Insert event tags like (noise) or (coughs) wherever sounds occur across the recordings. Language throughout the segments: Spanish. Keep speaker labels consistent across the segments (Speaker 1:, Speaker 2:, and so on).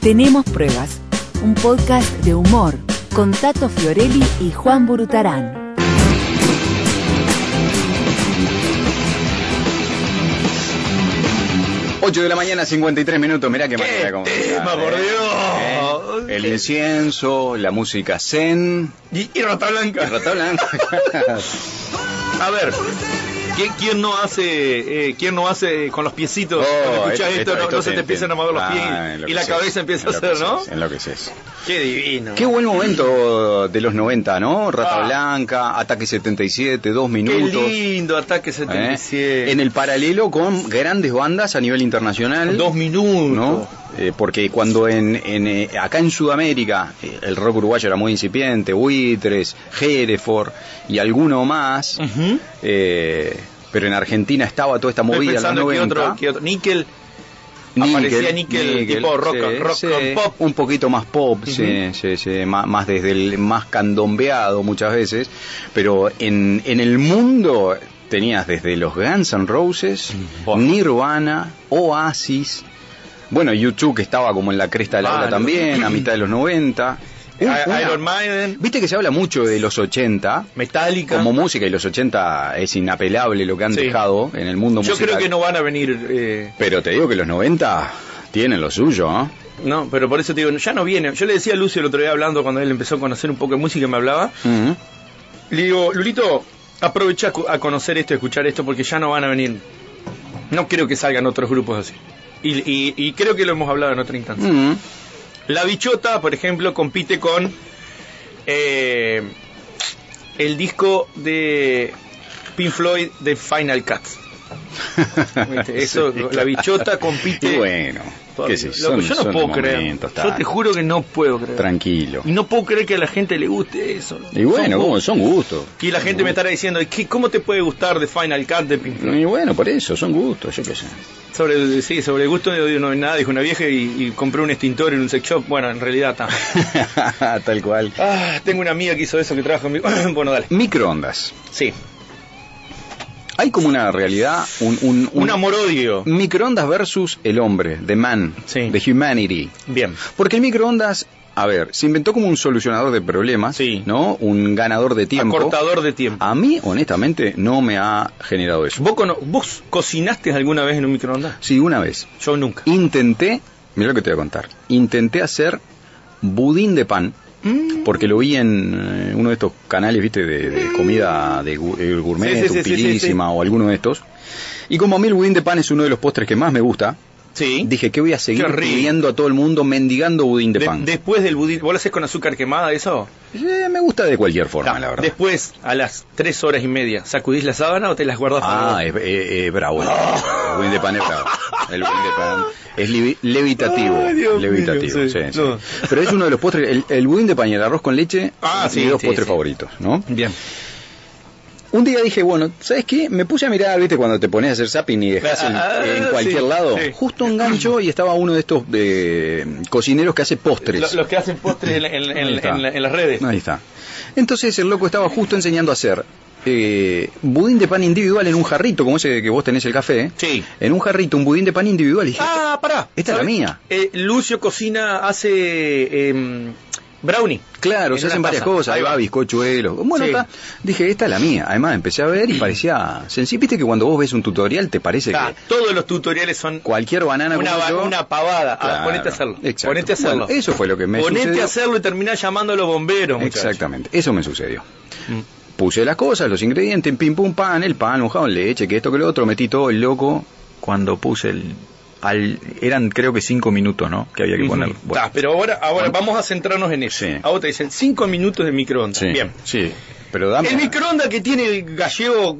Speaker 1: Tenemos pruebas. Un podcast de humor con Tato Fiorelli y Juan Burutarán.
Speaker 2: Ocho de la mañana, 53 minutos. Mirá qué, manera como. ¿eh?
Speaker 3: tema, Este, por Dios!
Speaker 2: El incienso, la música zen.
Speaker 3: Y, y Rata Blanca.
Speaker 2: el ratón
Speaker 3: (laughs)
Speaker 2: blanco.
Speaker 3: A ver. ¿Quién, quién no hace eh, quién no hace con los piecitos?
Speaker 2: Oh,
Speaker 3: Cuando escuchas
Speaker 2: esto-
Speaker 3: esto,
Speaker 2: esto-
Speaker 3: no,
Speaker 2: esto
Speaker 3: no se
Speaker 2: te
Speaker 3: te empiezan a mover los
Speaker 2: entiendo.
Speaker 3: pies
Speaker 2: Ah,
Speaker 3: y la
Speaker 2: enloqueces,
Speaker 3: cabeza empieza a hacer, ¿no?
Speaker 2: enloqueces, enloqueces.
Speaker 3: Qué divino.
Speaker 2: Qué buen momento de los 90, ¿no? Rata
Speaker 3: Ah.
Speaker 2: Blanca, Ataque 77, dos
Speaker 3: Qué
Speaker 2: minutos.
Speaker 3: lindo ataque
Speaker 2: ¿eh?
Speaker 3: 77.
Speaker 2: En el paralelo con grandes bandas a nivel internacional.
Speaker 3: dos minutos.
Speaker 2: ¿no? Eh, porque cuando en, en, eh, acá en Sudamérica eh, el rock uruguayo era muy incipiente, Buitres, Hereford y alguno más,
Speaker 3: Ujú.
Speaker 2: eh, pero en Argentina estaba toda esta
Speaker 3: Estoy
Speaker 2: movida en los
Speaker 3: pensando que
Speaker 2: 90.
Speaker 3: otro, que otro. Níquel.
Speaker 2: Nickel,
Speaker 3: aparecía Nickel, tipo rock and- rock and pop.
Speaker 2: Un poquito más pop, sí,
Speaker 3: Ujú.
Speaker 2: sí, sí, má- más, desde el más candombeado muchas veces, pero en, en el mundo tenías desde los Guns N' Roses,
Speaker 3: Buah.
Speaker 2: Nirvana, Oasis, bueno, YouTube que estaba como en la cresta de la ola
Speaker 3: Vale.
Speaker 2: también, a mitad de los 90. Un-
Speaker 3: I-
Speaker 2: una-
Speaker 3: Ah, Iron Maiden.
Speaker 2: Viste que se habla mucho de los 80
Speaker 3: Metallica.
Speaker 2: como música y los 80 es inapelable lo que han
Speaker 3: Sí.
Speaker 2: dejado en el mundo
Speaker 3: Yo
Speaker 2: musical.
Speaker 3: creo que no van a venir. eh,
Speaker 2: Pero te digo que los 90 tienen lo suyo, ¿ah? ¿no?
Speaker 3: no, pero por eso te digo, ya no viene. Yo le decía a Lucio el otro día hablando cuando él empezó a conocer un poco de música y me hablaba.
Speaker 2: Ujú.
Speaker 3: Le digo, Lulito, aprovecha a co- a conocer esto, a escuchar esto, porque ya no van a venir. No creo que salgan otros grupos así. Y, y- y creo que lo hemos hablado en otra instancia.
Speaker 2: Mm.
Speaker 3: La Bichota, por ejemplo, compite con eh, el disco de Pink Floyd de Final Cut. Viste,
Speaker 2: (laughs)
Speaker 3: Eso,
Speaker 2: Sí,
Speaker 3: la
Speaker 2: claro.
Speaker 3: bichota compite.
Speaker 2: Y bueno, qué sé,
Speaker 3: Loco,
Speaker 2: son-
Speaker 3: yo no
Speaker 2: son
Speaker 3: puedo creer.
Speaker 2: momentos,
Speaker 3: yo te
Speaker 2: está.
Speaker 3: juro que no puedo creer.
Speaker 2: Tranquilo.
Speaker 3: Y no puedo creer que a la gente le guste eso.
Speaker 2: Y bueno,
Speaker 3: Son
Speaker 2: como son gustos.
Speaker 3: que la gente me estará diciendo, ¿qué, ¿cómo te puede gustar de Final Cut de Pink Floyd?
Speaker 2: Y bueno, por eso, son gustos, yo qué
Speaker 3: (laughs)
Speaker 2: sé.
Speaker 3: Sobre, el- sí, sobre el gusto de no hay nada, dijo una vieja y, y compré un extintor en un sex shop. Bueno, en realidad
Speaker 2: (laughs)
Speaker 3: está.
Speaker 2: Tal cual.
Speaker 3: Ah, tengo una amiga que hizo eso, que trabaja conmigo. (laughs) bueno, dale.
Speaker 2: Microondas.
Speaker 3: Sí.
Speaker 2: Hay como una realidad, un, un,
Speaker 3: Un
Speaker 2: un-
Speaker 3: amor-odio.
Speaker 2: Microondas versus el hombre, the man,
Speaker 3: Sí.
Speaker 2: the humanity.
Speaker 3: Bien.
Speaker 2: Porque el microondas, a ver, se inventó como un solucionador de problemas,
Speaker 3: Sí.
Speaker 2: ¿no? Un ganador de tiempo. Ah.
Speaker 3: Acortador de tiempo.
Speaker 2: A mí, honestamente, no me ha generado eso.
Speaker 3: ¿Vos, cono- ¿Vos cocinaste alguna vez en un microondas?
Speaker 2: Sí, una vez.
Speaker 3: Yo nunca.
Speaker 2: Intenté, mira lo que te voy a contar, intenté hacer budín de pan,
Speaker 3: Mm.
Speaker 2: porque lo vi en eh, uno de estos canales, viste, de, de comida de gu- el
Speaker 3: Sí,
Speaker 2: gourmet,
Speaker 3: sí,
Speaker 2: tu
Speaker 3: sí, sí, sí,
Speaker 2: pilísima o alguno de estos. Y como a mí el budín de pan es uno de los postres que más me gusta,
Speaker 3: Sí.
Speaker 2: dije que voy a seguir
Speaker 3: Qué rico.
Speaker 2: pidiendo a todo el mundo mendigando budín de,
Speaker 3: De-
Speaker 2: pan.
Speaker 3: después del budín, ¿vos lo haces con azúcar quemada eso?
Speaker 2: Eh, me gusta de cualquier forma, la verdad.
Speaker 3: Después, a las tres horas y media, ¿sacudís la sábana o te las guardas para
Speaker 2: Ah,
Speaker 3: vos?
Speaker 2: es, eh, eh,
Speaker 3: (laughs)
Speaker 2: bravo. El budín de pan es bravo. El budín de pan es levi- levitativo.
Speaker 3: Ay, Dios
Speaker 2: levitativo,
Speaker 3: mío, sí,
Speaker 2: sí, sí.
Speaker 3: no.
Speaker 2: Pero es uno de los postres. El, el budín de pan y el arroz con leche,
Speaker 3: Ah, sí,
Speaker 2: mis dos
Speaker 3: sí,
Speaker 2: postres
Speaker 3: sí.
Speaker 2: favoritos, ¿no?
Speaker 3: Bien.
Speaker 2: Un día dije, bueno, ¿sabes qué? Me puse a mirar, ¿viste? Cuando te pones a hacer zapping y dejas en,
Speaker 3: Ah,
Speaker 2: en cualquier
Speaker 3: sí,
Speaker 2: lado.
Speaker 3: sí.
Speaker 2: Justo engancho y estaba uno de estos eh, cocineros que hace postres.
Speaker 3: Lo- los que hacen postres en, en- en-
Speaker 2: Ahí está.
Speaker 3: en la- en las redes.
Speaker 2: Ahí está. Entonces el loco estaba justo enseñando a hacer eh, budín de pan individual en un jarrito, como ese que vos tenés el café. ¿eh?
Speaker 3: Sí.
Speaker 2: En un jarrito, un budín de pan individual. Y dije,
Speaker 3: Ah, pará.
Speaker 2: Esta es la
Speaker 3: ¿Sabés?
Speaker 2: mía.
Speaker 3: Eh, Lucio cocina, hace em, brownie.
Speaker 2: claro,
Speaker 3: en
Speaker 2: se
Speaker 3: una
Speaker 2: hacen varias
Speaker 3: taza.
Speaker 2: cosas. Ahí
Speaker 3: Ahí
Speaker 2: va,
Speaker 3: va.
Speaker 2: bizcochuelos. Bueno,
Speaker 3: Sí.
Speaker 2: está. dije, esta es la mía. Además empecé a ver y parecía sencillo. Viste que cuando vos ves un tutorial te parece
Speaker 3: Ah,
Speaker 2: que
Speaker 3: todos los tutoriales son
Speaker 2: cualquier banana
Speaker 3: una,
Speaker 2: como
Speaker 3: ba-
Speaker 2: yo-
Speaker 3: una pavada. Ah,
Speaker 2: Claro,
Speaker 3: ponete a hacerlo.
Speaker 2: exacto.
Speaker 3: Ponete a hacerlo.
Speaker 2: Bueno, eso fue lo que me
Speaker 3: Ponete
Speaker 2: sucedió.
Speaker 3: a hacerlo y terminás llamando a los bomberos. muchacho.
Speaker 2: Exactamente, eso me sucedió.
Speaker 3: Mm.
Speaker 2: Puse las cosas, los ingredientes, pim pum pan, el pan, un jabón, leche, que esto, que lo otro, metí todo el loco. Cuando puse el. Al, eran creo que cinco minutos, ¿no? Que había que poner.
Speaker 3: Ujú.
Speaker 2: Bueno.
Speaker 3: Ta, pero ahora, ahora vamos a centrarnos en eso.
Speaker 2: Sí.
Speaker 3: Ahora te dicen 5 minutos de microondas.
Speaker 2: sí,
Speaker 3: Bien.
Speaker 2: sí. Pero dame.
Speaker 3: El microondas que tiene el gallego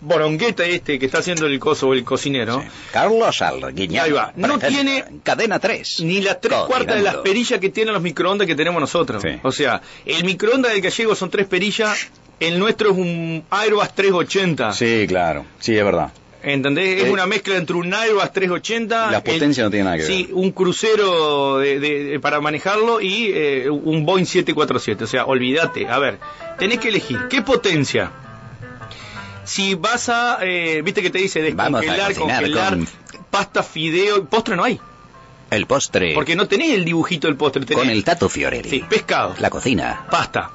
Speaker 3: borongueta este que está haciendo el coso, el cocinero,
Speaker 2: Sí. Carlos Arguiñano.
Speaker 3: Ahí va. No
Speaker 2: Presenta-
Speaker 3: tiene-
Speaker 2: Cadena 3.
Speaker 3: ni las tres cuartas de las perillas que tienen los microondas que tenemos nosotros.
Speaker 2: Sí.
Speaker 3: O sea, el microondas del gallego son tres perillas, el nuestro es un Airbus 380.
Speaker 2: Sí, claro. Sí, es verdad.
Speaker 3: ¿Entendés? Es
Speaker 2: Eh,
Speaker 3: una mezcla entre un Airbus 380.
Speaker 2: La potencia no tiene nada que
Speaker 3: Sí, un crucero de- de- para manejarlo y eh, un Boeing 747. O sea, olvídate. A ver, tenés que elegir. ¿Qué potencia? Si vas a. eh, Viste que te dice
Speaker 2: Vamos a
Speaker 3: descongelar,
Speaker 2: cocinar
Speaker 3: congelar,
Speaker 2: con-
Speaker 3: pasta, fideo. Postre no hay.
Speaker 4: El postre.
Speaker 3: Porque no tenés el dibujito del postre. Tenés,
Speaker 4: Con el Tato Fiorelli.
Speaker 3: Sí, pescado,
Speaker 4: La cocina.
Speaker 3: pasta,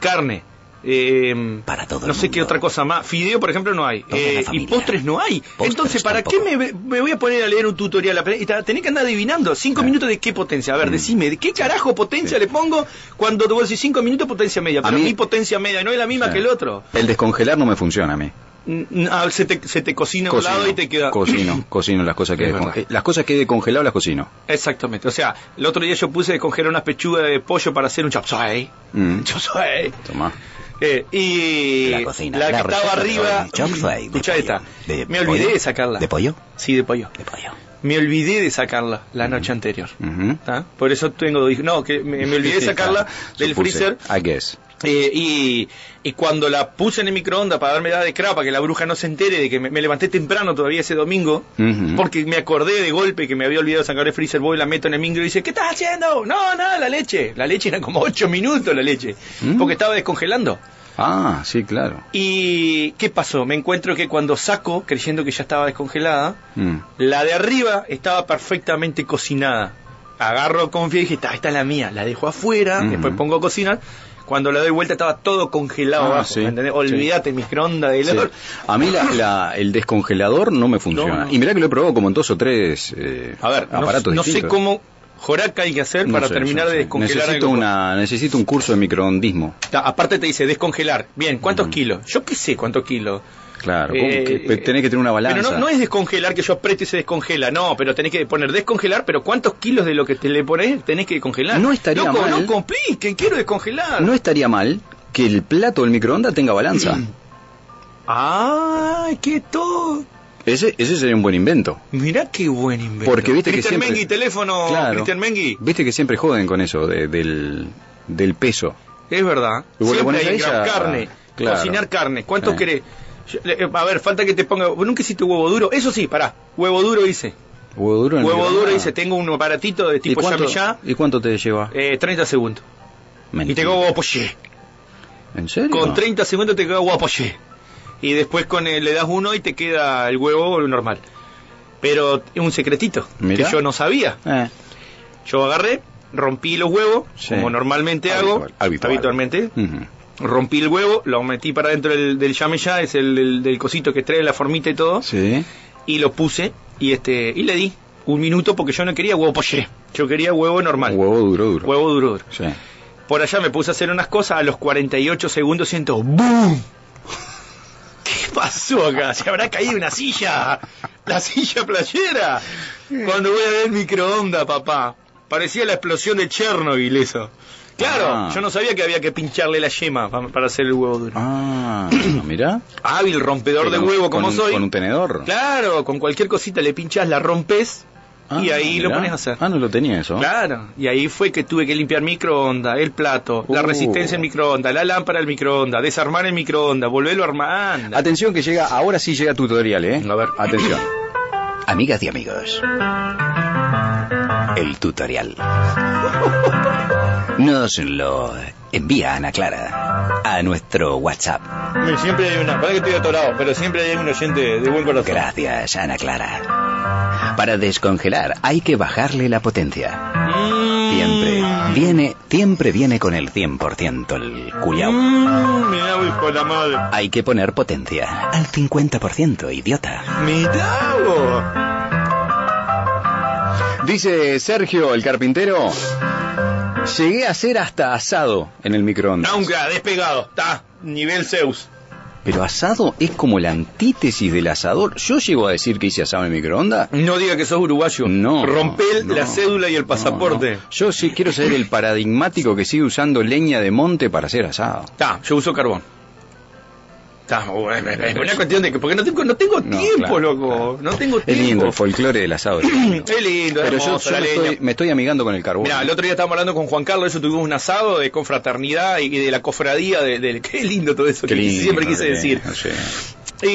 Speaker 3: carne. eh,
Speaker 4: Para todo el
Speaker 3: no sé qué
Speaker 4: mundo.
Speaker 3: otra cosa más. Fideo, por ejemplo, no hay.
Speaker 4: Toda
Speaker 3: Eh,
Speaker 4: la
Speaker 3: y
Speaker 4: familia.
Speaker 3: postres no hay.
Speaker 4: Postres
Speaker 3: Entonces, ¿para
Speaker 4: tampoco.
Speaker 3: qué me, me voy a poner a leer un tutorial? Apre- y ta- Tenés que andar adivinando. Cinco minutos de qué potencia.
Speaker 4: Mm.
Speaker 3: A ver, decime, ¿de qué carajo potencia le pongo cuando te voy a decir cinco minutos potencia media?
Speaker 2: A
Speaker 3: Pero
Speaker 2: mí-
Speaker 3: mi potencia media no es la misma
Speaker 2: Sí.
Speaker 3: que el otro.
Speaker 2: El descongelar no me funciona a mí.
Speaker 3: Mm, ah, se, te, se te cocina a un lado y te queda. (clears throat)
Speaker 2: cocino, cocino las cosas que
Speaker 3: Es
Speaker 2: descon-
Speaker 3: verdad.
Speaker 2: eh, las cosas que he descongelado las cocino.
Speaker 3: Exactamente. O sea, el otro día yo puse de congelar unas pechugas de pollo para hacer un chop suey.
Speaker 2: Mm.
Speaker 3: Chop suey.
Speaker 2: Tomá.
Speaker 3: Eh, y
Speaker 4: La cocina.
Speaker 3: la que
Speaker 4: receta
Speaker 3: estaba
Speaker 4: de
Speaker 3: arriba.
Speaker 4: hoy, chop suey, de
Speaker 3: Escuchá
Speaker 4: pollo.
Speaker 3: esta.
Speaker 4: De
Speaker 3: Me olvidé
Speaker 4: pollo.
Speaker 3: de sacarla.
Speaker 4: ¿De pollo?
Speaker 3: Sí, de pollo.
Speaker 4: De pollo.
Speaker 3: Me olvidé de sacarla la noche anterior.
Speaker 2: Ujú.
Speaker 3: ¿Tá? Por eso tengo. No, que me, me olvidé de sacarla del
Speaker 2: Supuse,
Speaker 3: freezer.
Speaker 2: I guess.
Speaker 3: Eh, y, y cuando la puse en el microondas para darme la de crapa, que la bruja no se entere de que me, me levanté temprano todavía ese domingo,
Speaker 2: Ujú.
Speaker 3: porque me acordé de golpe que me había olvidado sacar el freezer, voy, la meto en el micro y dice, ¿qué estás haciendo? No, nada, la leche. La leche era como 8 minutos la leche,
Speaker 2: Mm.
Speaker 3: porque estaba descongelando.
Speaker 2: Ah, sí, claro.
Speaker 3: ¿Y qué pasó? Me encuentro que cuando saco, creyendo que ya estaba descongelada,
Speaker 2: Mm.
Speaker 3: la de arriba estaba perfectamente cocinada. Agarro con fie y dije, "Ta, esta es la mía. La dejo afuera,
Speaker 2: Ujú.
Speaker 3: después pongo a cocinar. Cuando la doy vuelta estaba todo congelado
Speaker 2: Ah,
Speaker 3: abajo,
Speaker 2: sí,
Speaker 3: ¿me entendés?
Speaker 2: sí.
Speaker 3: Olvídate, microondas de
Speaker 2: Sí.
Speaker 3: helado.
Speaker 2: A mí la- la- el descongelador no me funciona.
Speaker 3: No, no.
Speaker 2: Y mirá que lo he probado como en dos o tres eh,
Speaker 3: A ver, no-
Speaker 2: aparatos
Speaker 3: no, sé
Speaker 2: distintos.
Speaker 3: cómo joraca hay que hacer
Speaker 2: No
Speaker 3: para
Speaker 2: sé,
Speaker 3: terminar
Speaker 2: no
Speaker 3: de
Speaker 2: sé.
Speaker 3: descongelar
Speaker 2: necesito,
Speaker 3: algo.
Speaker 2: una, necesito un curso de microondismo.
Speaker 3: Ta, Aparte te dice, descongelar. Bien, ¿cuántos kilos? Yo qué sé cuántos kilos.
Speaker 2: Claro, ¿cómo
Speaker 3: Eh,
Speaker 2: que- pe- tenés que tener una balanza.
Speaker 3: Pero no, no es descongelar que yo aprieto y se descongela, no, pero tenés que poner descongelar, pero cuántos kilos de lo que te le pones tenés que congelar.
Speaker 2: No estaría
Speaker 3: Loco,
Speaker 2: mal.
Speaker 3: no compliquen, quiero descongelar.
Speaker 2: No estaría mal que el plato del microondas tenga
Speaker 3: (clears throat)
Speaker 2: balanza.
Speaker 3: Ay, qué todo.
Speaker 2: ese, ese sería un buen invento.
Speaker 3: Mirá qué buen invento.
Speaker 2: Porque viste que
Speaker 3: Cristian
Speaker 2: siempre-
Speaker 3: Mengi, teléfono,
Speaker 2: Claro.
Speaker 3: Cristian Mengi.
Speaker 2: Viste que siempre joden con eso de- del, del peso.
Speaker 3: Es verdad.
Speaker 2: Y vos le
Speaker 3: Siempre
Speaker 2: ponés
Speaker 3: hay
Speaker 2: ahí ya-
Speaker 3: gra- carne,
Speaker 2: claro. Eh.
Speaker 3: cocinar carne. ¿Cuánto
Speaker 2: Sí.
Speaker 3: querés? Yo- le- eh, a ver, falta que te ponga... ¿Vos nunca hiciste huevo duro? Eso sí, pará. Huevo duro hice.
Speaker 2: Huevo duro en el
Speaker 3: Huevo duro
Speaker 2: microondas.
Speaker 3: hice. Tengo un aparatito de
Speaker 2: ¿Y
Speaker 3: tipo
Speaker 2: cuánto,
Speaker 3: llame ya.
Speaker 2: ¿Y cuánto te lleva?
Speaker 3: Eh, 30 segundos. Y
Speaker 2: Mentira.
Speaker 3: te hago guapoché.
Speaker 2: ¿En serio?
Speaker 3: Con 30 segundos te queda guapoché. Y después con el- le das uno y te queda el huevo normal. Pero es un secretito
Speaker 2: Mirá.
Speaker 3: que yo no sabía.
Speaker 2: Eh,
Speaker 3: Yo agarré, rompí los huevos,
Speaker 2: Sí.
Speaker 3: como normalmente hago,
Speaker 2: Habitual, habitual. Mm.
Speaker 3: habitualmente.
Speaker 2: ujú.
Speaker 3: Rompí el huevo, lo metí para dentro del, del llame ya, es el del, del cosito que trae la formita y todo,
Speaker 2: Sí.
Speaker 3: y lo puse y este y le di un minuto porque yo no quería huevo poché, yo quería huevo normal, huevo,
Speaker 2: Huevo duro, duro.
Speaker 3: duro, duro.
Speaker 2: Sí.
Speaker 3: Por allá me puse a hacer unas cosas, a los 48 segundos siento ¡BOOM! ¿Qué pasó acá? ¿Se habrá caído una silla? ¿La silla playera? Cuando voy a ver el microondas, papá. Parecía la explosión de Chernobyl eso. Claro,
Speaker 2: Ah.
Speaker 3: yo no sabía que había que pincharle la yema pa- para hacer el huevo duro.
Speaker 2: Ah, (coughs) mirá.
Speaker 3: Hábil rompedor de
Speaker 2: Con-
Speaker 3: huevo como
Speaker 2: con un-
Speaker 3: soy.
Speaker 2: Con un tenedor.
Speaker 3: Claro, con cualquier cosita le pinchas, la rompes
Speaker 2: Ah,
Speaker 3: y ahí lo
Speaker 2: mirá.
Speaker 3: pones a hacer.
Speaker 2: Ah, no lo tenía eso.
Speaker 3: Claro, y ahí fue que tuve que limpiar microondas, el plato, la
Speaker 2: Uh.
Speaker 3: resistencia en microondas, la lámpara del microondas, desarmar el microondas, volverlo a armar. anda.
Speaker 2: Atención que llega, ahora sí llega tutorial, ¿eh?
Speaker 3: A ver.
Speaker 2: Atención.
Speaker 4: Amigas y amigos, el tutorial nos lo envía Ana Clara a nuestro WhatsApp.
Speaker 3: Siempre hay una, para que estoy atorado, pero siempre hay un oyente de buen corazón.
Speaker 4: Gracias, Ana Clara. Para descongelar hay que bajarle la potencia.
Speaker 3: Mm,
Speaker 4: Siempre viene, siempre viene con el 100% el culiao.
Speaker 3: mm, mirá, vos, hijo de la madre.
Speaker 4: Hay que poner potencia al 50%, idiota.
Speaker 3: Mirá, vos.
Speaker 2: Dice Sergio, el carpintero, llegué a hacer hasta asado en el microondas.
Speaker 3: Nunca, Ah, despegado, está, nivel Zeus.
Speaker 2: Pero asado es como la antítesis del asador. Yo llego a decir que hice asado en el microondas.
Speaker 3: No diga que sos uruguayo.
Speaker 2: No.
Speaker 3: Rompé
Speaker 2: no,
Speaker 3: la cédula y el
Speaker 2: no,
Speaker 3: pasaporte.
Speaker 2: no. Yo sí quiero ser el paradigmático que sigue usando leña de monte para hacer asado.
Speaker 3: Ta, yo uso carbón. Ta, bueno, es una cuestión de que porque no tengo, no tengo
Speaker 2: No,
Speaker 3: tiempo,
Speaker 2: claro,
Speaker 3: loco. No tengo
Speaker 2: Es lindo
Speaker 3: tiempo.
Speaker 2: el folclore del asado.
Speaker 3: (clears throat) Es lindo,
Speaker 2: Pero yo,
Speaker 3: hermoso,
Speaker 2: yo
Speaker 3: la
Speaker 2: me,
Speaker 3: leña.
Speaker 2: estoy, me estoy amigando con el carbón.
Speaker 3: Mirá, el otro día estábamos hablando con Juan Carlos, eso tuvimos un asado de confraternidad y y de la cofradía del... del- (laughs) qué lindo todo eso
Speaker 2: Qué
Speaker 3: que
Speaker 2: lindo,
Speaker 3: siempre quise
Speaker 2: qué
Speaker 3: decir.
Speaker 2: lindo, sí.
Speaker 3: Y,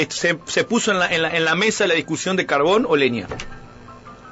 Speaker 3: y se, se puso en la, en, la, en la mesa la discusión de carbón o leña.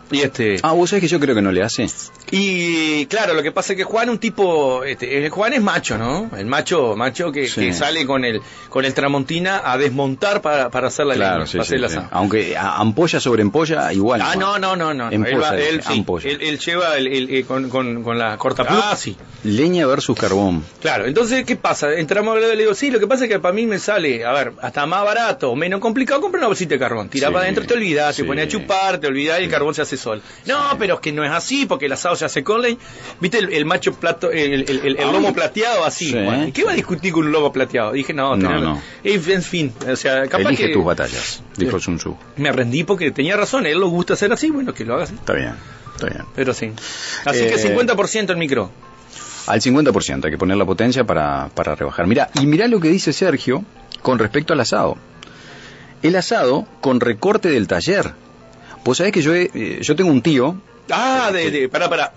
Speaker 3: Y este...
Speaker 2: Ah, vos sabés que yo creo que no le hace.
Speaker 3: Y claro, lo que pasa es que Juan un tipo, este, el Juan es macho, ¿no? El macho, macho que,
Speaker 2: Sí.
Speaker 3: que sale con el con el tramontina a desmontar para, para hacer la
Speaker 2: Claro,
Speaker 3: leña,
Speaker 2: sí,
Speaker 3: para
Speaker 2: sí,
Speaker 3: hacer la
Speaker 2: sí.
Speaker 3: asada.
Speaker 2: Aunque a- ampolla sobre ampolla, igual.
Speaker 3: Ah,
Speaker 2: Juan.
Speaker 3: no, no, no, no. no. Él,
Speaker 2: Empolla,
Speaker 3: va- él,
Speaker 2: dice,
Speaker 3: sí,
Speaker 2: ampolla.
Speaker 3: él- él lleva el- el- el- con, con- con la corta Ah, sí.
Speaker 2: Leña versus carbón.
Speaker 3: Claro, entonces, ¿qué pasa? Entramos a hablar y le digo, sí, lo que pasa es que para mí me sale, a ver, hasta más barato, menos complicado, compra una bolsita de carbón. Tira
Speaker 2: Sí,
Speaker 3: para adentro, te olvidás,
Speaker 2: sí.
Speaker 3: te pone a chupar, te olvidás y el carbón se hace sol. No, pero es que no es así, porque el asado se hace con leña. ¿Viste el, el macho plato, el, el- el- el lomo plateado así?
Speaker 2: Sí.
Speaker 3: Juan? ¿Qué va a discutir con un lomo plateado? Dije, no,
Speaker 2: No,
Speaker 3: tenés-
Speaker 2: no.
Speaker 3: En, en fin, o sea, capaz
Speaker 2: Elige
Speaker 3: que
Speaker 2: tus batallas, dijo Sun Tzu.
Speaker 3: me rendí porque tenía razón, a él le gusta hacer así, bueno, que lo haga así.
Speaker 2: Está bien, está bien.
Speaker 3: Pero sí. Así
Speaker 2: Eh,
Speaker 3: que 50% el micro.
Speaker 2: Al 50% hay que poner la potencia para, para rebajar. Mirá, y mirá lo que dice Sergio con respecto al asado. El asado con recorte del taller. Vos sabés que yo, he- eh, yo tengo un tío
Speaker 3: Ah, de, de, pará, (clears throat) pará.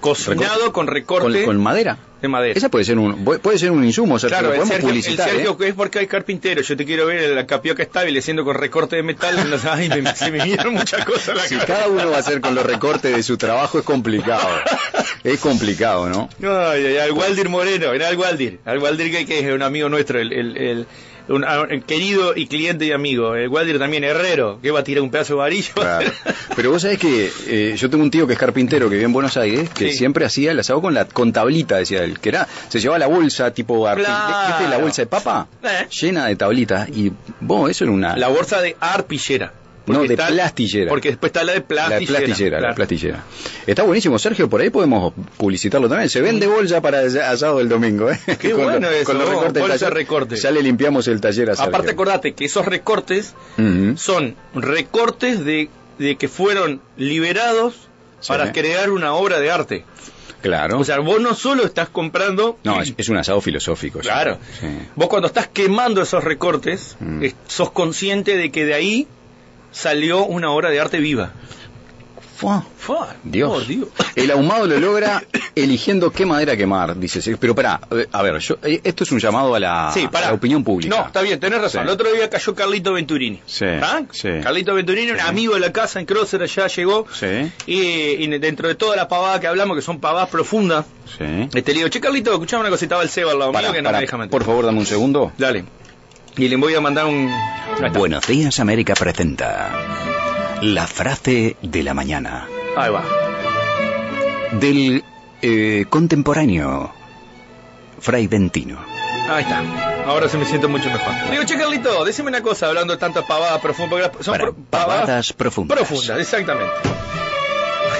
Speaker 3: Cocinado
Speaker 2: Recorte.
Speaker 3: con
Speaker 2: con,
Speaker 3: recorte
Speaker 2: con madera.
Speaker 3: de madera.
Speaker 2: Esa puede ser un, puede ser un insumo, Sergio,
Speaker 3: claro,
Speaker 2: lo
Speaker 3: el
Speaker 2: podemos
Speaker 3: Sergio, el
Speaker 2: publicitar.
Speaker 3: Sergio
Speaker 2: ¿eh?
Speaker 3: que es porque hay carpintero. Yo te quiero ver la capioca estableciendo con recorte de metal. No, (laughs) ay, me- se me vinieron muchas cosas a la
Speaker 2: Si
Speaker 3: cabeza.
Speaker 2: cada uno va a hacer con los recortes de su trabajo es complicado.
Speaker 3: (laughs)
Speaker 2: Es complicado, ¿no?
Speaker 3: Ay, ay, al Waldir Moreno, era al Waldir. Al Waldir que, que es un amigo nuestro, el, el- el- un, a- un querido y cliente y amigo. El Waldir también, herrero, que va a tirar un pedazo de varillo.
Speaker 2: Claro. Pero vos sabés que eh, yo tengo un tío que es carpintero que vive en Buenos Aires, que
Speaker 3: Sí.
Speaker 2: siempre hacía el asado con la con tablita, decía él, que era, se llevaba la bolsa tipo arte-
Speaker 3: Claro.
Speaker 2: ¿viste la bolsa de papa
Speaker 3: Eh.
Speaker 2: llena de tablitas y vos eso era una
Speaker 3: (laughs) La bolsa de arpillera.
Speaker 2: no
Speaker 3: Porque
Speaker 2: de
Speaker 3: está-
Speaker 2: plastillera.
Speaker 3: Porque después está la de
Speaker 2: la
Speaker 3: plastillera.
Speaker 2: plastillera, la
Speaker 3: Claro.
Speaker 2: plastillera. Está buenísimo, Sergio, por ahí podemos publicitarlo también. Se vende bolsa para el asado del domingo, ¿eh? (laughs)
Speaker 3: Qué
Speaker 2: lo-
Speaker 3: bueno eso,
Speaker 2: los recortes del
Speaker 3: bolsa
Speaker 2: taller.
Speaker 3: recorte.
Speaker 2: Ya le limpiamos el taller a Sergio.
Speaker 3: Aparte acordate que esos recortes
Speaker 2: Ujú.
Speaker 3: son recortes de, de que fueron liberados
Speaker 2: Sí.
Speaker 3: para crear una obra de arte.
Speaker 2: Claro.
Speaker 3: O sea, vos no solo estás comprando...
Speaker 2: no, es, es un asado filosófico. ya.
Speaker 3: Claro.
Speaker 2: Sí.
Speaker 3: Vos cuando estás quemando esos recortes,
Speaker 2: Mm.
Speaker 3: es- sos consciente de que de ahí salió una obra de arte viva.
Speaker 2: Fua.
Speaker 3: Fua,
Speaker 2: Dios.
Speaker 3: por Dios.
Speaker 2: El ahumado lo logra eligiendo qué madera quemar, dice. Sergio. Pero pará, eh, a ver, yo, eh, esto es un llamado a la,
Speaker 3: Sí, pará.
Speaker 2: a Ah, la opinión pública.
Speaker 3: No, está bien, tenés razón.
Speaker 2: Sí.
Speaker 3: El otro día cayó Carlito Venturini.
Speaker 2: Sí,
Speaker 3: ¿Ah?
Speaker 2: sí.
Speaker 3: Carlito Venturini, un amigo de la casa en Crosser, allá llegó.
Speaker 2: Sí.
Speaker 3: Y, y dentro de toda la pavada que hablamos, que son pavadas profundas,
Speaker 2: Sí.
Speaker 3: este, le digo, che Carlito, escuchame una cosita, va el Seba al lado
Speaker 2: Pará,
Speaker 3: mío que no
Speaker 2: pará,
Speaker 3: me deja mentir.
Speaker 2: por favor, dame un segundo.
Speaker 3: Dale. Y le voy a mandar un... Ahí está.
Speaker 4: Buenos días América presenta la frase de la mañana
Speaker 3: Ahí va.
Speaker 4: del eh, contemporáneo Fray Ventino.
Speaker 3: Ahí está. Ahora se me siento mucho mejor. Le digo, che Carlito, decime una cosa, hablando de tantas pavadas profundas. porque las- Son
Speaker 4: Para
Speaker 3: pro-
Speaker 4: pavadas profundas.
Speaker 3: Profundas, exactamente.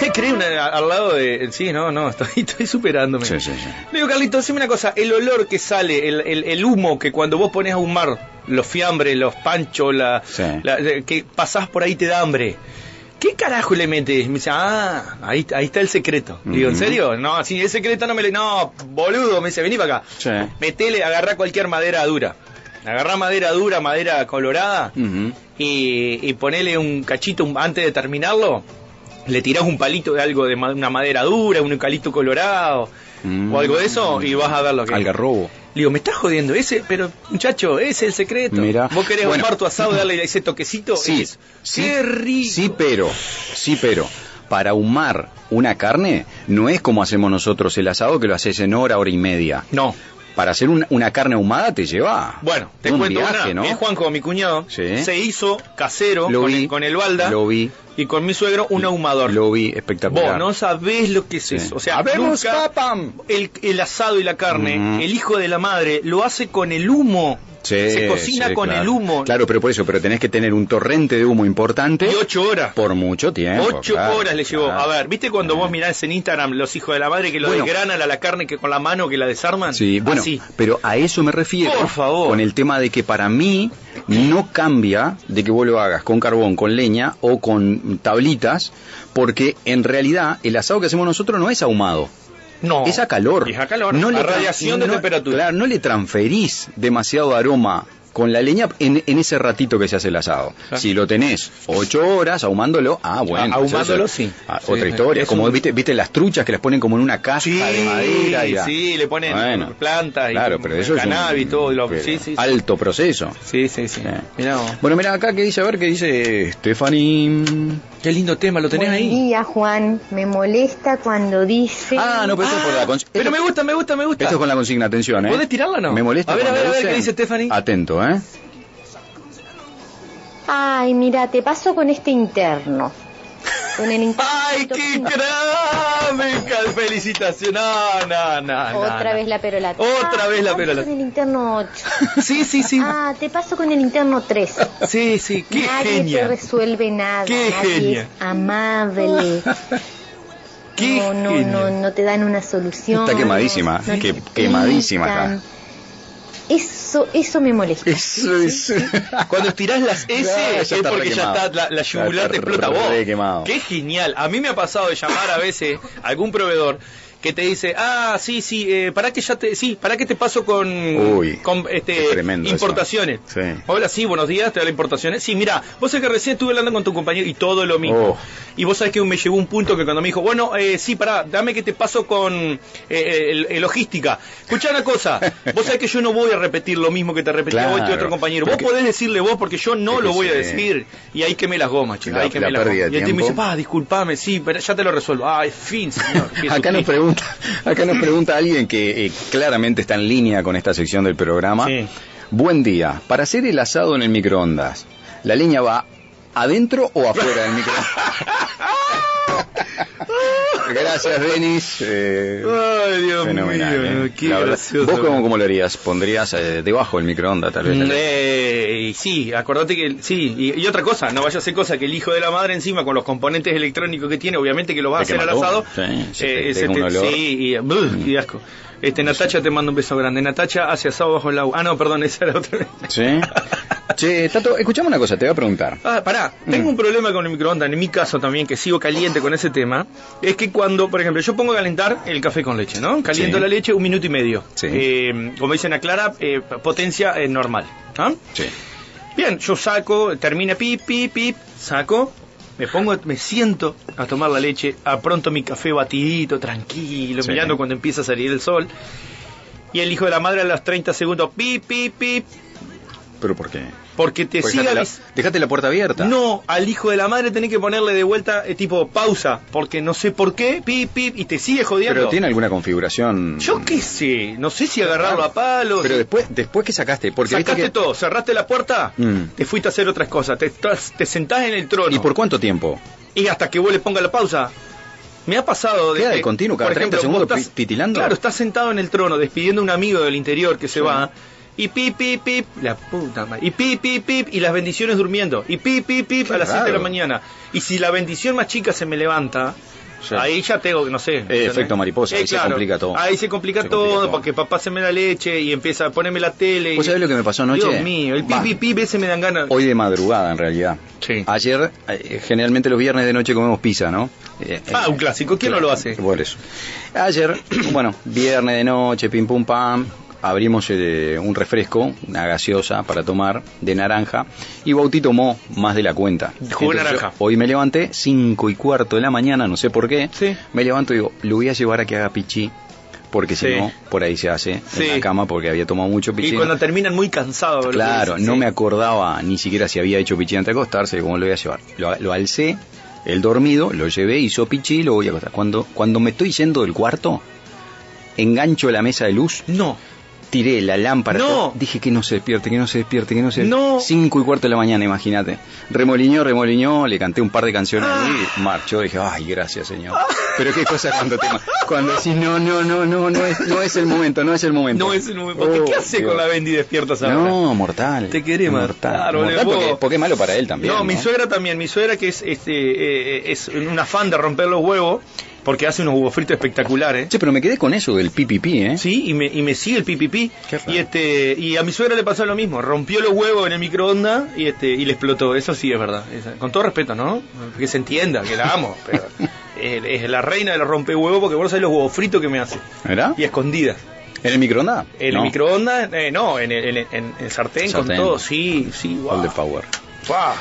Speaker 3: (laughs) Creí una al lado de... Sí, no, no, estoy, (laughs) estoy superándome.
Speaker 2: Sí, sí, sí.
Speaker 3: Le digo, Carlito, decime una cosa, el olor que sale, el, el- el humo que cuando vos pones a humar los fiambres, los panchos, la,
Speaker 2: Sí.
Speaker 3: la- de- que pasás por ahí te da hambre. ¿Qué carajo le metes? Me dice, ah, ahí, ahí está el secreto. Le Digo, ¿en
Speaker 2: Ujú.
Speaker 3: serio? No, si el secreto no me le... No, boludo, me dice, vení para acá.
Speaker 2: Sí.
Speaker 3: Metele, agarrá cualquier madera dura. Agarrá madera dura, madera colorada
Speaker 2: Ujú.
Speaker 3: y, y ponele un cachito un- antes de terminarlo, le tirás un palito de algo de ma- una madera dura, un eucalipto colorado
Speaker 2: Mm.
Speaker 3: o algo de eso y vas a ver lo que. Le
Speaker 2: Algarrobo.
Speaker 3: digo, me estás jodiendo, ese, pero muchacho, ese es el secreto.
Speaker 2: Mirá.
Speaker 3: Vos querés
Speaker 2: Bueno.
Speaker 3: armar tu asado, darle ese toquecito.
Speaker 2: Sí,
Speaker 3: es-
Speaker 2: sí,
Speaker 3: qué rico.
Speaker 2: Sí, pero, sí, pero, para ahumar una carne no es como hacemos nosotros el asado que lo haces en hora, hora y media.
Speaker 3: No.
Speaker 2: Para hacer un- una carne ahumada te lleva.
Speaker 3: Bueno, te
Speaker 2: un
Speaker 3: cuento
Speaker 2: viaje,
Speaker 3: una.
Speaker 2: ¿no?
Speaker 3: Mi Juanjo, mi cuñado,
Speaker 2: Sí.
Speaker 3: se hizo casero
Speaker 2: Lo
Speaker 3: con,
Speaker 2: vi,
Speaker 3: el, con el balda
Speaker 2: Lo vi.
Speaker 3: y con mi suegro un ahumador.
Speaker 2: Lo vi
Speaker 3: Vos
Speaker 2: espectacular.
Speaker 3: no sabés lo que es
Speaker 2: Sí.
Speaker 3: eso. O sea,
Speaker 2: ¡Habemos
Speaker 3: nunca
Speaker 2: papam!
Speaker 3: El, el asado y la carne,
Speaker 2: Mm.
Speaker 3: el hijo de la madre, lo hace con el humo.
Speaker 2: Sí,
Speaker 3: se cocina
Speaker 2: sí,
Speaker 3: con
Speaker 2: claro.
Speaker 3: el humo.
Speaker 2: Claro, pero por eso, pero tenés que tener un torrente de humo importante.
Speaker 3: Y ocho horas.
Speaker 2: Por mucho tiempo.
Speaker 3: Ocho
Speaker 2: claro,
Speaker 3: horas le llevó.
Speaker 2: claro. Eh.
Speaker 3: A ver, ¿viste cuando vos mirás en Instagram los hijos de la madre que lo
Speaker 2: Bueno.
Speaker 3: desgranan a la carne que con la mano que la desarman?
Speaker 2: Sí, bueno,
Speaker 3: Así.
Speaker 2: pero a eso me refiero.
Speaker 3: Por favor.
Speaker 2: Con el tema de que para mí no cambia de que vos lo hagas con carbón, con leña o con tablitas, porque en realidad el asado que hacemos nosotros no es ahumado.
Speaker 3: No.
Speaker 2: Es a calor.
Speaker 3: Es a calor.
Speaker 2: No le
Speaker 3: a
Speaker 2: tra-
Speaker 3: radiación de
Speaker 2: no-
Speaker 3: temperatura.
Speaker 2: Claro, no le transferís demasiado aroma con la leña en, en ese ratito que se hace el asado.
Speaker 3: Ah.
Speaker 2: Si lo tenés ocho horas ahumándolo, ah, bueno.
Speaker 3: Ah,
Speaker 2: pues
Speaker 3: ahumándolo,
Speaker 2: eso es-
Speaker 3: sí.
Speaker 2: ah,
Speaker 3: Sí,
Speaker 2: otra
Speaker 3: sí.
Speaker 2: historia.
Speaker 3: Es
Speaker 2: Como
Speaker 3: un-
Speaker 2: viste, viste las truchas que las ponen como en una caja
Speaker 3: Sí,
Speaker 2: de madera. y la-
Speaker 3: sí, le ponen
Speaker 2: Bueno.
Speaker 3: plantas y
Speaker 2: Claro, pero eso es un-
Speaker 3: cannabis y todo. Lo,
Speaker 2: pero
Speaker 3: sí, sí, sí.
Speaker 2: Alto proceso.
Speaker 3: Sí, sí, sí.
Speaker 2: Eh.
Speaker 3: Mirá vos.
Speaker 2: Bueno, mira acá que dice, a ver qué dice Stephanie.
Speaker 3: Qué lindo tema, ¿lo tenés
Speaker 5: Buen
Speaker 3: ahí?
Speaker 5: día, Juan. Me molesta cuando dice...
Speaker 2: Ah, no, pero eso es por la cons-
Speaker 3: Pero me gusta, me gusta, me gusta.
Speaker 2: Esto es con la consigna, atención, ¿eh?
Speaker 3: ¿Podés tirarla o no?
Speaker 2: Me molesta.
Speaker 3: A ver, a
Speaker 2: cuando
Speaker 3: ver, a ver,
Speaker 2: dicen-
Speaker 3: ¿qué dice Stephanie?
Speaker 2: Atento, ¿eh?
Speaker 5: Ay, mira, te paso con este interno. Con
Speaker 3: (laughs)
Speaker 5: el interno.
Speaker 3: ¡Ay, qué grave! ¡Felicitación! No, no, no, no,
Speaker 5: Otra
Speaker 3: no.
Speaker 5: vez la perolata.
Speaker 3: Otra
Speaker 5: Ah,
Speaker 3: vez la
Speaker 5: te paso
Speaker 3: perolata.
Speaker 5: Con el interno 8.
Speaker 3: (laughs) Sí, sí, sí.
Speaker 5: Ah, te paso con el interno 3.
Speaker 3: Sí, sí, (laughs) qué
Speaker 5: Nadie te
Speaker 3: genia.
Speaker 5: resuelve nada.
Speaker 3: Qué
Speaker 5: nadie
Speaker 3: genia.
Speaker 5: es amable.
Speaker 3: (laughs) Qué
Speaker 5: no, no,
Speaker 3: genia.
Speaker 5: no, no te dan una solución.
Speaker 2: Está quemadísima,
Speaker 5: no te
Speaker 2: que- quemadísima está.
Speaker 5: explican. Eso, eso me molesta.
Speaker 2: Eso es.
Speaker 3: (laughs) Cuando estirás las S
Speaker 2: Claro, ya
Speaker 3: es
Speaker 2: está
Speaker 3: porque ya
Speaker 2: requemado.
Speaker 3: está la, la yugular
Speaker 2: Ya
Speaker 3: te
Speaker 2: está
Speaker 3: explota vos.
Speaker 2: re quemado.
Speaker 3: Qué genial. A mí me ha pasado de llamar a veces a algún proveedor que te dice, ah, sí, sí, eh, para que ya te, sí, para que te paso con,
Speaker 2: Uy,
Speaker 3: con, este,
Speaker 2: qué tremendo eso.
Speaker 3: importaciones.
Speaker 2: Sí.
Speaker 3: Hola, sí, buenos días, te hablo de importaciones. Sí, mira, vos sabés que recién estuve hablando con tu compañero y todo lo mismo.
Speaker 2: Oh.
Speaker 3: Y vos sabés que me llegó un punto que cuando me dijo, bueno, eh, sí, pará, dame que te paso con eh, el- el logística. Escuchá una cosa, vos sabés que yo no voy a repetir lo mismo que te repetí a vos y a tu otro
Speaker 2: Claro.
Speaker 3: compañero.
Speaker 2: Pero
Speaker 3: Vos
Speaker 2: que-
Speaker 3: podés decirle vos porque yo no
Speaker 2: Es
Speaker 3: lo
Speaker 2: que
Speaker 3: voy a
Speaker 2: sí.
Speaker 3: decir. Y ahí quemé las gomas, chicos.
Speaker 2: La-
Speaker 3: ahí quemé
Speaker 2: la
Speaker 3: las
Speaker 2: pérdida
Speaker 3: gomas.
Speaker 2: de
Speaker 3: Y el tipo me dice,
Speaker 2: tiempo.
Speaker 3: pa, disculpame, sí, pero ya te lo resuelvo. Ah, en fin, señor.
Speaker 2: (laughs) Acá nos, pregunta, acá nos pregunta alguien que eh, claramente está en línea con esta sección del programa.
Speaker 3: Sí.
Speaker 2: Buen día. Para hacer el asado en el microondas, ¿la leña va adentro o afuera del
Speaker 3: (laughs)
Speaker 2: microondas? Gracias, Denis. Eh,
Speaker 3: Ay, Dios
Speaker 2: fenomenal.
Speaker 3: mío,
Speaker 2: eh.
Speaker 3: qué
Speaker 2: La verdad.
Speaker 3: gracioso.
Speaker 2: ¿Vos cómo, cómo lo harías? ¿Pondrías eh, debajo del microondas, tal vez?
Speaker 3: Mm, eh, y sí, acordate que sí, y, y otra cosa, no vaya a ser cosa que el hijo de la madre encima con los componentes electrónicos que tiene, obviamente que los va a
Speaker 2: Te
Speaker 3: hacer al
Speaker 2: quema todo.
Speaker 3: asado.
Speaker 2: Sí, sí, te-
Speaker 3: ese
Speaker 2: tengo un olor. Mm.
Speaker 3: sí, y, bluh, y asco. Este, Natacha te mando un beso grande. Natacha hace asado bajo el agua. Ah, no, perdón, (laughs) esa era otra vez. eh.
Speaker 2: Sí. Che, Tato, escuchame una cosa, te voy a preguntar.
Speaker 3: Ah, pará,
Speaker 2: Mm.
Speaker 3: tengo un problema con el microondas, en mi caso también, que sigo caliente con ese tema, es que cuando, por ejemplo, yo pongo a calentar el café con leche, ¿no? Caliento
Speaker 2: Sí.
Speaker 3: la leche un minuto y medio.
Speaker 2: Sí.
Speaker 3: Eh, como dicen a Clara, eh, potencia eh, normal. ¿ah?
Speaker 2: Sí.
Speaker 3: Bien, yo saco, termina pip, pip, pip, saco, me pongo, me siento a tomar la leche, a pronto mi café batidito, tranquilo,
Speaker 2: Sí.
Speaker 3: mirando cuando empieza a salir el sol. Y el hijo de la madre a los 30 segundos, pip, pip, pip,
Speaker 2: ¿Pero por qué?
Speaker 3: porque te
Speaker 2: Pues
Speaker 3: sigue
Speaker 2: dejate la,
Speaker 3: avis-
Speaker 2: dejate la puerta abierta.
Speaker 3: no, al hijo de la madre tenés que ponerle de vuelta eh, tipo pausa, porque no sé por qué, pip, pip, y te sigue jodiendo.
Speaker 2: Pero tiene alguna configuración.
Speaker 3: Yo qué sé, no sé si agarrarlo a palos. eh.
Speaker 2: Pero después, después que sacaste, porque viste
Speaker 3: Sacaste
Speaker 2: que-
Speaker 3: todo, cerraste la puerta,
Speaker 2: Mm.
Speaker 3: te fuiste a hacer otras cosas, te, estás- te sentás en el trono.
Speaker 2: ¿Y por cuánto tiempo?
Speaker 3: y hasta que vos le pongas la pausa. Me ha pasado
Speaker 2: Queda
Speaker 3: que,
Speaker 2: de continuo, cada
Speaker 3: por
Speaker 2: 30
Speaker 3: ejemplo, vos
Speaker 2: segundos pi- titilando.
Speaker 3: Claro, estás sentado en el trono despidiendo a un amigo del interior que se va. Y pip, pip, pip, la puta madre. Y pip, pip, pip, y las bendiciones durmiendo. Y pip, pip, pip,
Speaker 2: Qué
Speaker 3: a las 7 de la
Speaker 2: raro.
Speaker 3: mañana. Y si la bendición más chica se me levanta,
Speaker 2: Sí. Eh,
Speaker 3: ahí ya tengo, no sé. ¿entendés?
Speaker 2: efecto mariposa, ahí se complica todo.
Speaker 3: Ahí se complica
Speaker 2: Se
Speaker 3: todo,
Speaker 2: complica todo.
Speaker 3: porque papá se me la leche y empieza a ponerme la tele.
Speaker 2: ¿Vos
Speaker 3: y-
Speaker 2: sabés lo que me pasó anoche?
Speaker 3: Dios mío, el pip,
Speaker 2: Va.
Speaker 3: pip, pip, ese me dan ganas.
Speaker 2: Hoy de madrugada, en realidad.
Speaker 3: Sí.
Speaker 2: Ayer, eh, generalmente los viernes de noche comemos pizza, ¿no? Eh,
Speaker 3: Ah,
Speaker 2: eh,
Speaker 3: un clásico, ¿quién no lo hace?
Speaker 2: Por eso. Ayer, (clears throat) bueno, viernes de noche, pim pum pam, abrimos eh, un refresco, una gaseosa para tomar de naranja y Bauti tomó más de la cuenta.
Speaker 3: Jugo de
Speaker 2: Entonces,
Speaker 3: naranja.
Speaker 2: yo hoy me levanté, 5 y cuarto de la mañana, no sé por qué.
Speaker 3: Sí.
Speaker 2: Me levanto y digo, lo voy a llevar a que haga pichí. Porque si
Speaker 3: Sí.
Speaker 2: no, por ahí se hace
Speaker 3: Sí.
Speaker 2: en la cama porque había tomado mucho pichí.
Speaker 3: Y cuando terminan muy cansados. boludo,
Speaker 2: Claro,
Speaker 3: dicen,
Speaker 2: no
Speaker 3: sí.
Speaker 2: me acordaba ni siquiera si había hecho pichí antes de acostarse, cómo lo voy a llevar. Lo, lo alcé, el dormido, lo llevé, hizo pichí, lo voy a acostar. Cuando, cuando me estoy yendo del cuarto, engancho la mesa de luz,
Speaker 3: No.
Speaker 2: tiré la lámpara,
Speaker 3: No.
Speaker 2: todo. dije que no se despierte, que no se despierte, que no se despierte.
Speaker 3: No.
Speaker 2: Cinco y cuarto de la mañana, imagínate. Remoliñó, remoliñó, le canté un par de canciones
Speaker 3: Ah.
Speaker 2: y marchó. Dije, ay, gracias, señor. Pero qué cosa cuando te... ma- Cuando decís, no, no, no, no, no es, no es el momento, no es el momento.
Speaker 3: No es el momento. Porque,
Speaker 2: Oh,
Speaker 3: ¿Qué hace
Speaker 2: Dios.
Speaker 3: con la Bendy despiertas ahora?
Speaker 2: No, mortal.
Speaker 3: Te querés
Speaker 2: mortal.
Speaker 3: matar, boludo.
Speaker 2: Mortal porque,
Speaker 3: Vos-
Speaker 2: porque es malo para él también.
Speaker 3: No,
Speaker 2: No,
Speaker 3: mi suegra también. Mi suegra que es este eh, es un afán de romper los huevos porque hace unos huevos fritos espectaculares.
Speaker 2: Che, pero me quedé con eso del pipipi, ¿eh?
Speaker 3: Sí, y me, y me sigue el pipipi.
Speaker 2: Qué raro.
Speaker 3: Y este y a mi suegra le pasó lo mismo. Rompió los huevos en el microondas y este y le explotó. Eso sí es verdad. Esa- con todo respeto, ¿no? Que se entienda, que la amo.
Speaker 2: (laughs)
Speaker 3: pero es, es la reina de los rompehuevos porque vos no sabés los huevos fritos que me hace.
Speaker 2: ¿Verdad?
Speaker 3: Y escondidas.
Speaker 2: ¿En el microondas?
Speaker 3: En
Speaker 2: No.
Speaker 3: el microondas, eh, no, en el, en- en el sartén, con
Speaker 2: Sartén.
Speaker 3: todo, sí, sí, guau.
Speaker 2: All the power.
Speaker 3: Guau.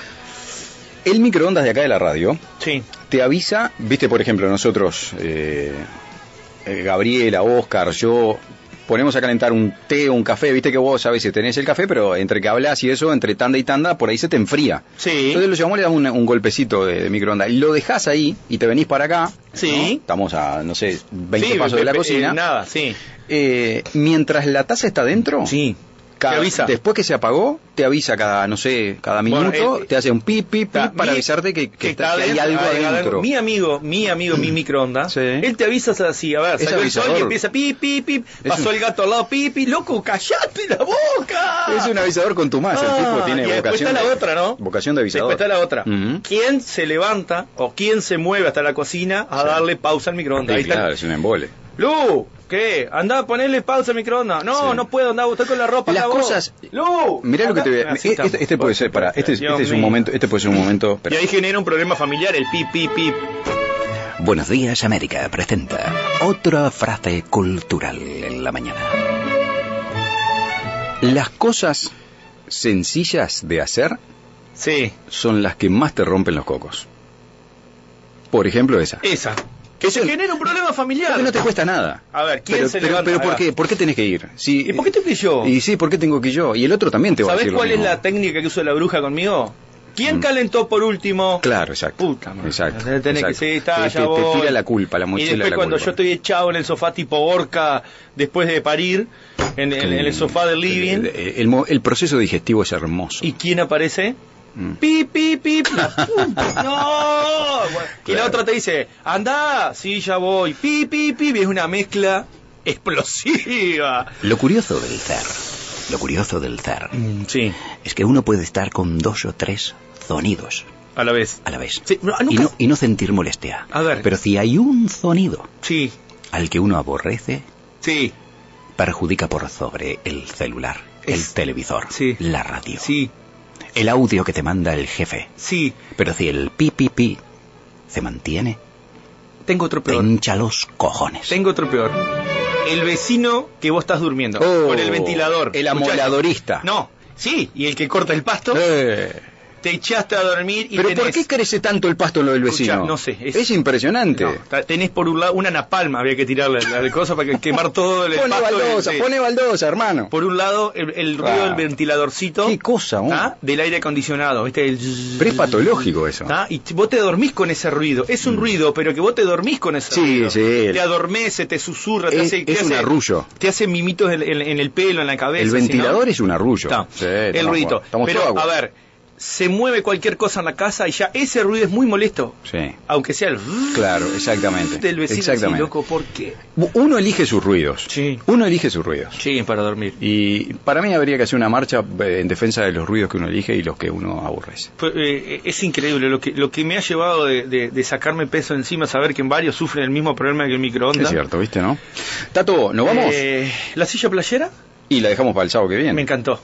Speaker 2: El microondas de acá de la radio
Speaker 3: Sí,
Speaker 2: te avisa, viste, por ejemplo, nosotros, eh, eh, Gabriela, Oscar, yo, ponemos a calentar un té o un café, viste que vos a veces tenés el café, pero entre que hablas y eso, entre tanda y tanda, por ahí se te enfría.
Speaker 3: sí,
Speaker 2: Entonces lo llamamos, le damos un, un golpecito de, de microondas. Y lo dejás ahí y te venís para acá.
Speaker 3: Sí.
Speaker 2: ¿no? Estamos a, no sé, 20
Speaker 3: Sí,
Speaker 2: pasos de la
Speaker 3: eh,
Speaker 2: cocina.
Speaker 3: eh, nada, sí,
Speaker 2: Eh, mientras la taza está dentro,
Speaker 3: sí.
Speaker 2: cada-
Speaker 3: te avisa.
Speaker 2: después que se apagó, te avisa cada, no sé, cada
Speaker 3: Bueno,
Speaker 2: minuto,
Speaker 3: eh,
Speaker 2: te hace un pip, pip,
Speaker 3: Está,
Speaker 2: pip para
Speaker 3: mi-
Speaker 2: avisarte que, que está- que hay
Speaker 3: dentro,
Speaker 2: algo
Speaker 3: hay
Speaker 2: adentro.
Speaker 3: Mi amigo, mi amigo, mi microondas,
Speaker 2: Sí.
Speaker 3: él te avisa así, a ver,
Speaker 2: Es
Speaker 3: salió el sol
Speaker 2: avisador.
Speaker 3: y empieza pi, pi, pi,
Speaker 2: Es
Speaker 3: pasó
Speaker 2: un-
Speaker 3: el gato al lado, pi, pi, loco, callate la boca.
Speaker 2: Es un avisador con tu más,
Speaker 3: Ah,
Speaker 2: el tipo
Speaker 3: y
Speaker 2: tiene
Speaker 3: después
Speaker 2: vocación.
Speaker 3: está la
Speaker 2: de-
Speaker 3: otra, ¿no?
Speaker 2: Vocación de avisador.
Speaker 3: Después está la otra.
Speaker 2: Ujú.
Speaker 3: ¿Quién se levanta o quién se mueve hasta la cocina a darle pausa al microondas?
Speaker 2: Sí,
Speaker 3: Ahí está.
Speaker 2: claro, es un embole.
Speaker 3: Lu, ¿qué? Andá a ponerle pausa al microondas. No,
Speaker 2: Sí.
Speaker 3: no puedo, andá, estoy con la ropa.
Speaker 2: Las
Speaker 3: andá vos.
Speaker 2: cosas-
Speaker 3: Lu,
Speaker 2: Mirá lo que te voy a... Este,
Speaker 3: Así estamos.
Speaker 2: este puede ser, para, este, es-
Speaker 3: Dios
Speaker 2: este es un
Speaker 3: mío.
Speaker 2: momento, este puede ser un momento...
Speaker 3: Y
Speaker 2: espera.
Speaker 3: ahí genera un problema familiar el pi, pi, pi.
Speaker 4: Buenos días América presenta otra frase cultural en la mañana.
Speaker 2: Las cosas sencillas de hacer
Speaker 3: Sí,
Speaker 2: son las que más te rompen los cocos. Por ejemplo, esa.
Speaker 3: esa. Que se
Speaker 2: Eso-
Speaker 3: genera un problema familiar.
Speaker 2: Porque no te cuesta nada.
Speaker 3: A ver, ¿quién
Speaker 2: pero,
Speaker 3: se
Speaker 2: pero,
Speaker 3: levanta?
Speaker 2: pero
Speaker 3: Ahí
Speaker 2: ¿por
Speaker 3: va.
Speaker 2: qué? ¿Por qué tenés que ir? Si-
Speaker 3: ¿Y por qué tengo que ir yo?
Speaker 2: Y sí, ¿por qué tengo que ir yo? Y el otro también te va a
Speaker 3: ¿Sabés
Speaker 2: decir lo
Speaker 3: cuál es
Speaker 2: mismo.
Speaker 3: la técnica que usó la bruja conmigo? ¿Quién
Speaker 2: Mm.
Speaker 3: calentó por último?
Speaker 2: Claro, exacto.
Speaker 3: Puta madre.
Speaker 2: Exacto.
Speaker 3: Tenés que-
Speaker 2: exacto.
Speaker 3: sí, está,
Speaker 2: te,
Speaker 3: ya
Speaker 2: te- te
Speaker 3: voy.
Speaker 2: tira la culpa, la
Speaker 3: Y
Speaker 2: mochila.
Speaker 3: después
Speaker 2: la
Speaker 3: cuando
Speaker 2: culpa.
Speaker 3: yo estoy echado en el sofá tipo orca después de parir, en, en- en el sofá del living,
Speaker 2: El, el mo- el proceso digestivo es hermoso.
Speaker 3: ¿y quién aparece?
Speaker 2: Mm.
Speaker 3: Pi, pi, pi,
Speaker 2: (laughs)
Speaker 3: la puta. ¡No! Y la
Speaker 2: Claro.
Speaker 3: otra te dice, anda, sí, ya voy. Pi, pi, pi. Y Es una mezcla explosiva.
Speaker 4: Lo curioso del zar, lo curioso del zar,
Speaker 2: Mm,
Speaker 3: Sí,
Speaker 4: es que uno puede estar con dos o tres sonidos
Speaker 3: a la vez.
Speaker 4: a la vez
Speaker 3: Sí, no,
Speaker 4: y,
Speaker 3: nunca-
Speaker 4: no, y no sentir molestia.
Speaker 3: A ver.
Speaker 4: Pero si hay un sonido
Speaker 3: Sí,
Speaker 4: al que uno aborrece,
Speaker 3: sí,
Speaker 4: perjudica por sobre el celular,
Speaker 3: Es-
Speaker 4: el televisor,
Speaker 3: sí.
Speaker 4: la radio,
Speaker 3: sí,
Speaker 4: el audio que te manda el jefe.
Speaker 3: sí.
Speaker 4: Pero si el pi pi pi se mantiene,
Speaker 3: Tengo otro
Speaker 4: te
Speaker 3: peor.
Speaker 4: hincha los cojones.
Speaker 3: Tengo otro peor. El vecino que vos estás durmiendo.
Speaker 2: Oh,
Speaker 3: con el ventilador.
Speaker 2: el
Speaker 3: Muchacho.
Speaker 2: amoladorista.
Speaker 3: No, sí. Y el que corta el pasto.
Speaker 2: Eh,
Speaker 3: Te echaste a dormir y
Speaker 2: Pero
Speaker 3: tenés...
Speaker 2: ¿por qué crece tanto el pasto en lo del
Speaker 3: Escuchá,
Speaker 2: vecino?
Speaker 3: no sé, es-
Speaker 2: Es, impresionante.
Speaker 3: No, ta- tenés por un lado una napalma, había que tirarle la de cosa para que quemar todo el
Speaker 2: Pone
Speaker 3: pasto del-
Speaker 2: baldosa,
Speaker 3: sí.
Speaker 2: pone baldosa, hermano.
Speaker 3: Por un lado, el, el ruido
Speaker 2: Ah.
Speaker 3: del ventiladorcito.
Speaker 2: Qué cosa, hombre.
Speaker 3: ¿tá? Del aire acondicionado, ¿viste? El zzzz,
Speaker 2: Pero es patológico eso.
Speaker 3: ¿tá? Y t- vos te dormís con ese ruido. Es un ruido, pero que vos te dormís con ese
Speaker 2: Mm. Sí,
Speaker 3: ruido.
Speaker 2: sí.
Speaker 3: Te adormece, te susurra, te
Speaker 2: Es-
Speaker 3: hace. te
Speaker 2: es un
Speaker 3: hace-
Speaker 2: arrullo.
Speaker 3: Te hace mimitos en, en- en el pelo, en la cabeza.
Speaker 2: el
Speaker 3: ¿sí, no?
Speaker 2: ventilador es un arrullo.
Speaker 3: Está.
Speaker 2: Sí,
Speaker 3: el
Speaker 2: estamos-
Speaker 3: ruido.
Speaker 2: estamos
Speaker 3: Pero,
Speaker 2: todos de
Speaker 3: a
Speaker 2: acuerdo.
Speaker 3: ver, se mueve cualquier cosa en la casa y ya ese ruido es muy molesto.
Speaker 2: Sí.
Speaker 3: Aunque sea el
Speaker 2: Claro, exactamente.
Speaker 3: del vecino.
Speaker 2: Exactamente.
Speaker 3: Sí, loco, ¿por qué?
Speaker 2: Uno elige sus ruidos.
Speaker 3: Sí.
Speaker 2: Uno elige sus ruidos.
Speaker 3: Sí, para dormir.
Speaker 2: Y para mí habría que hacer una marcha eh, en defensa de los ruidos que uno elige y los que uno aborrece.
Speaker 3: Fue- eh, es increíble lo que, lo que me ha llevado de, de- de sacarme peso encima, saber que en varios sufren el mismo problema que el microondas.
Speaker 2: Es cierto, ¿viste, no? Tato, ¿nos vamos?
Speaker 3: Eh, ¿La silla playera?
Speaker 2: Y la dejamos para el sábado que viene.
Speaker 3: Me encantó.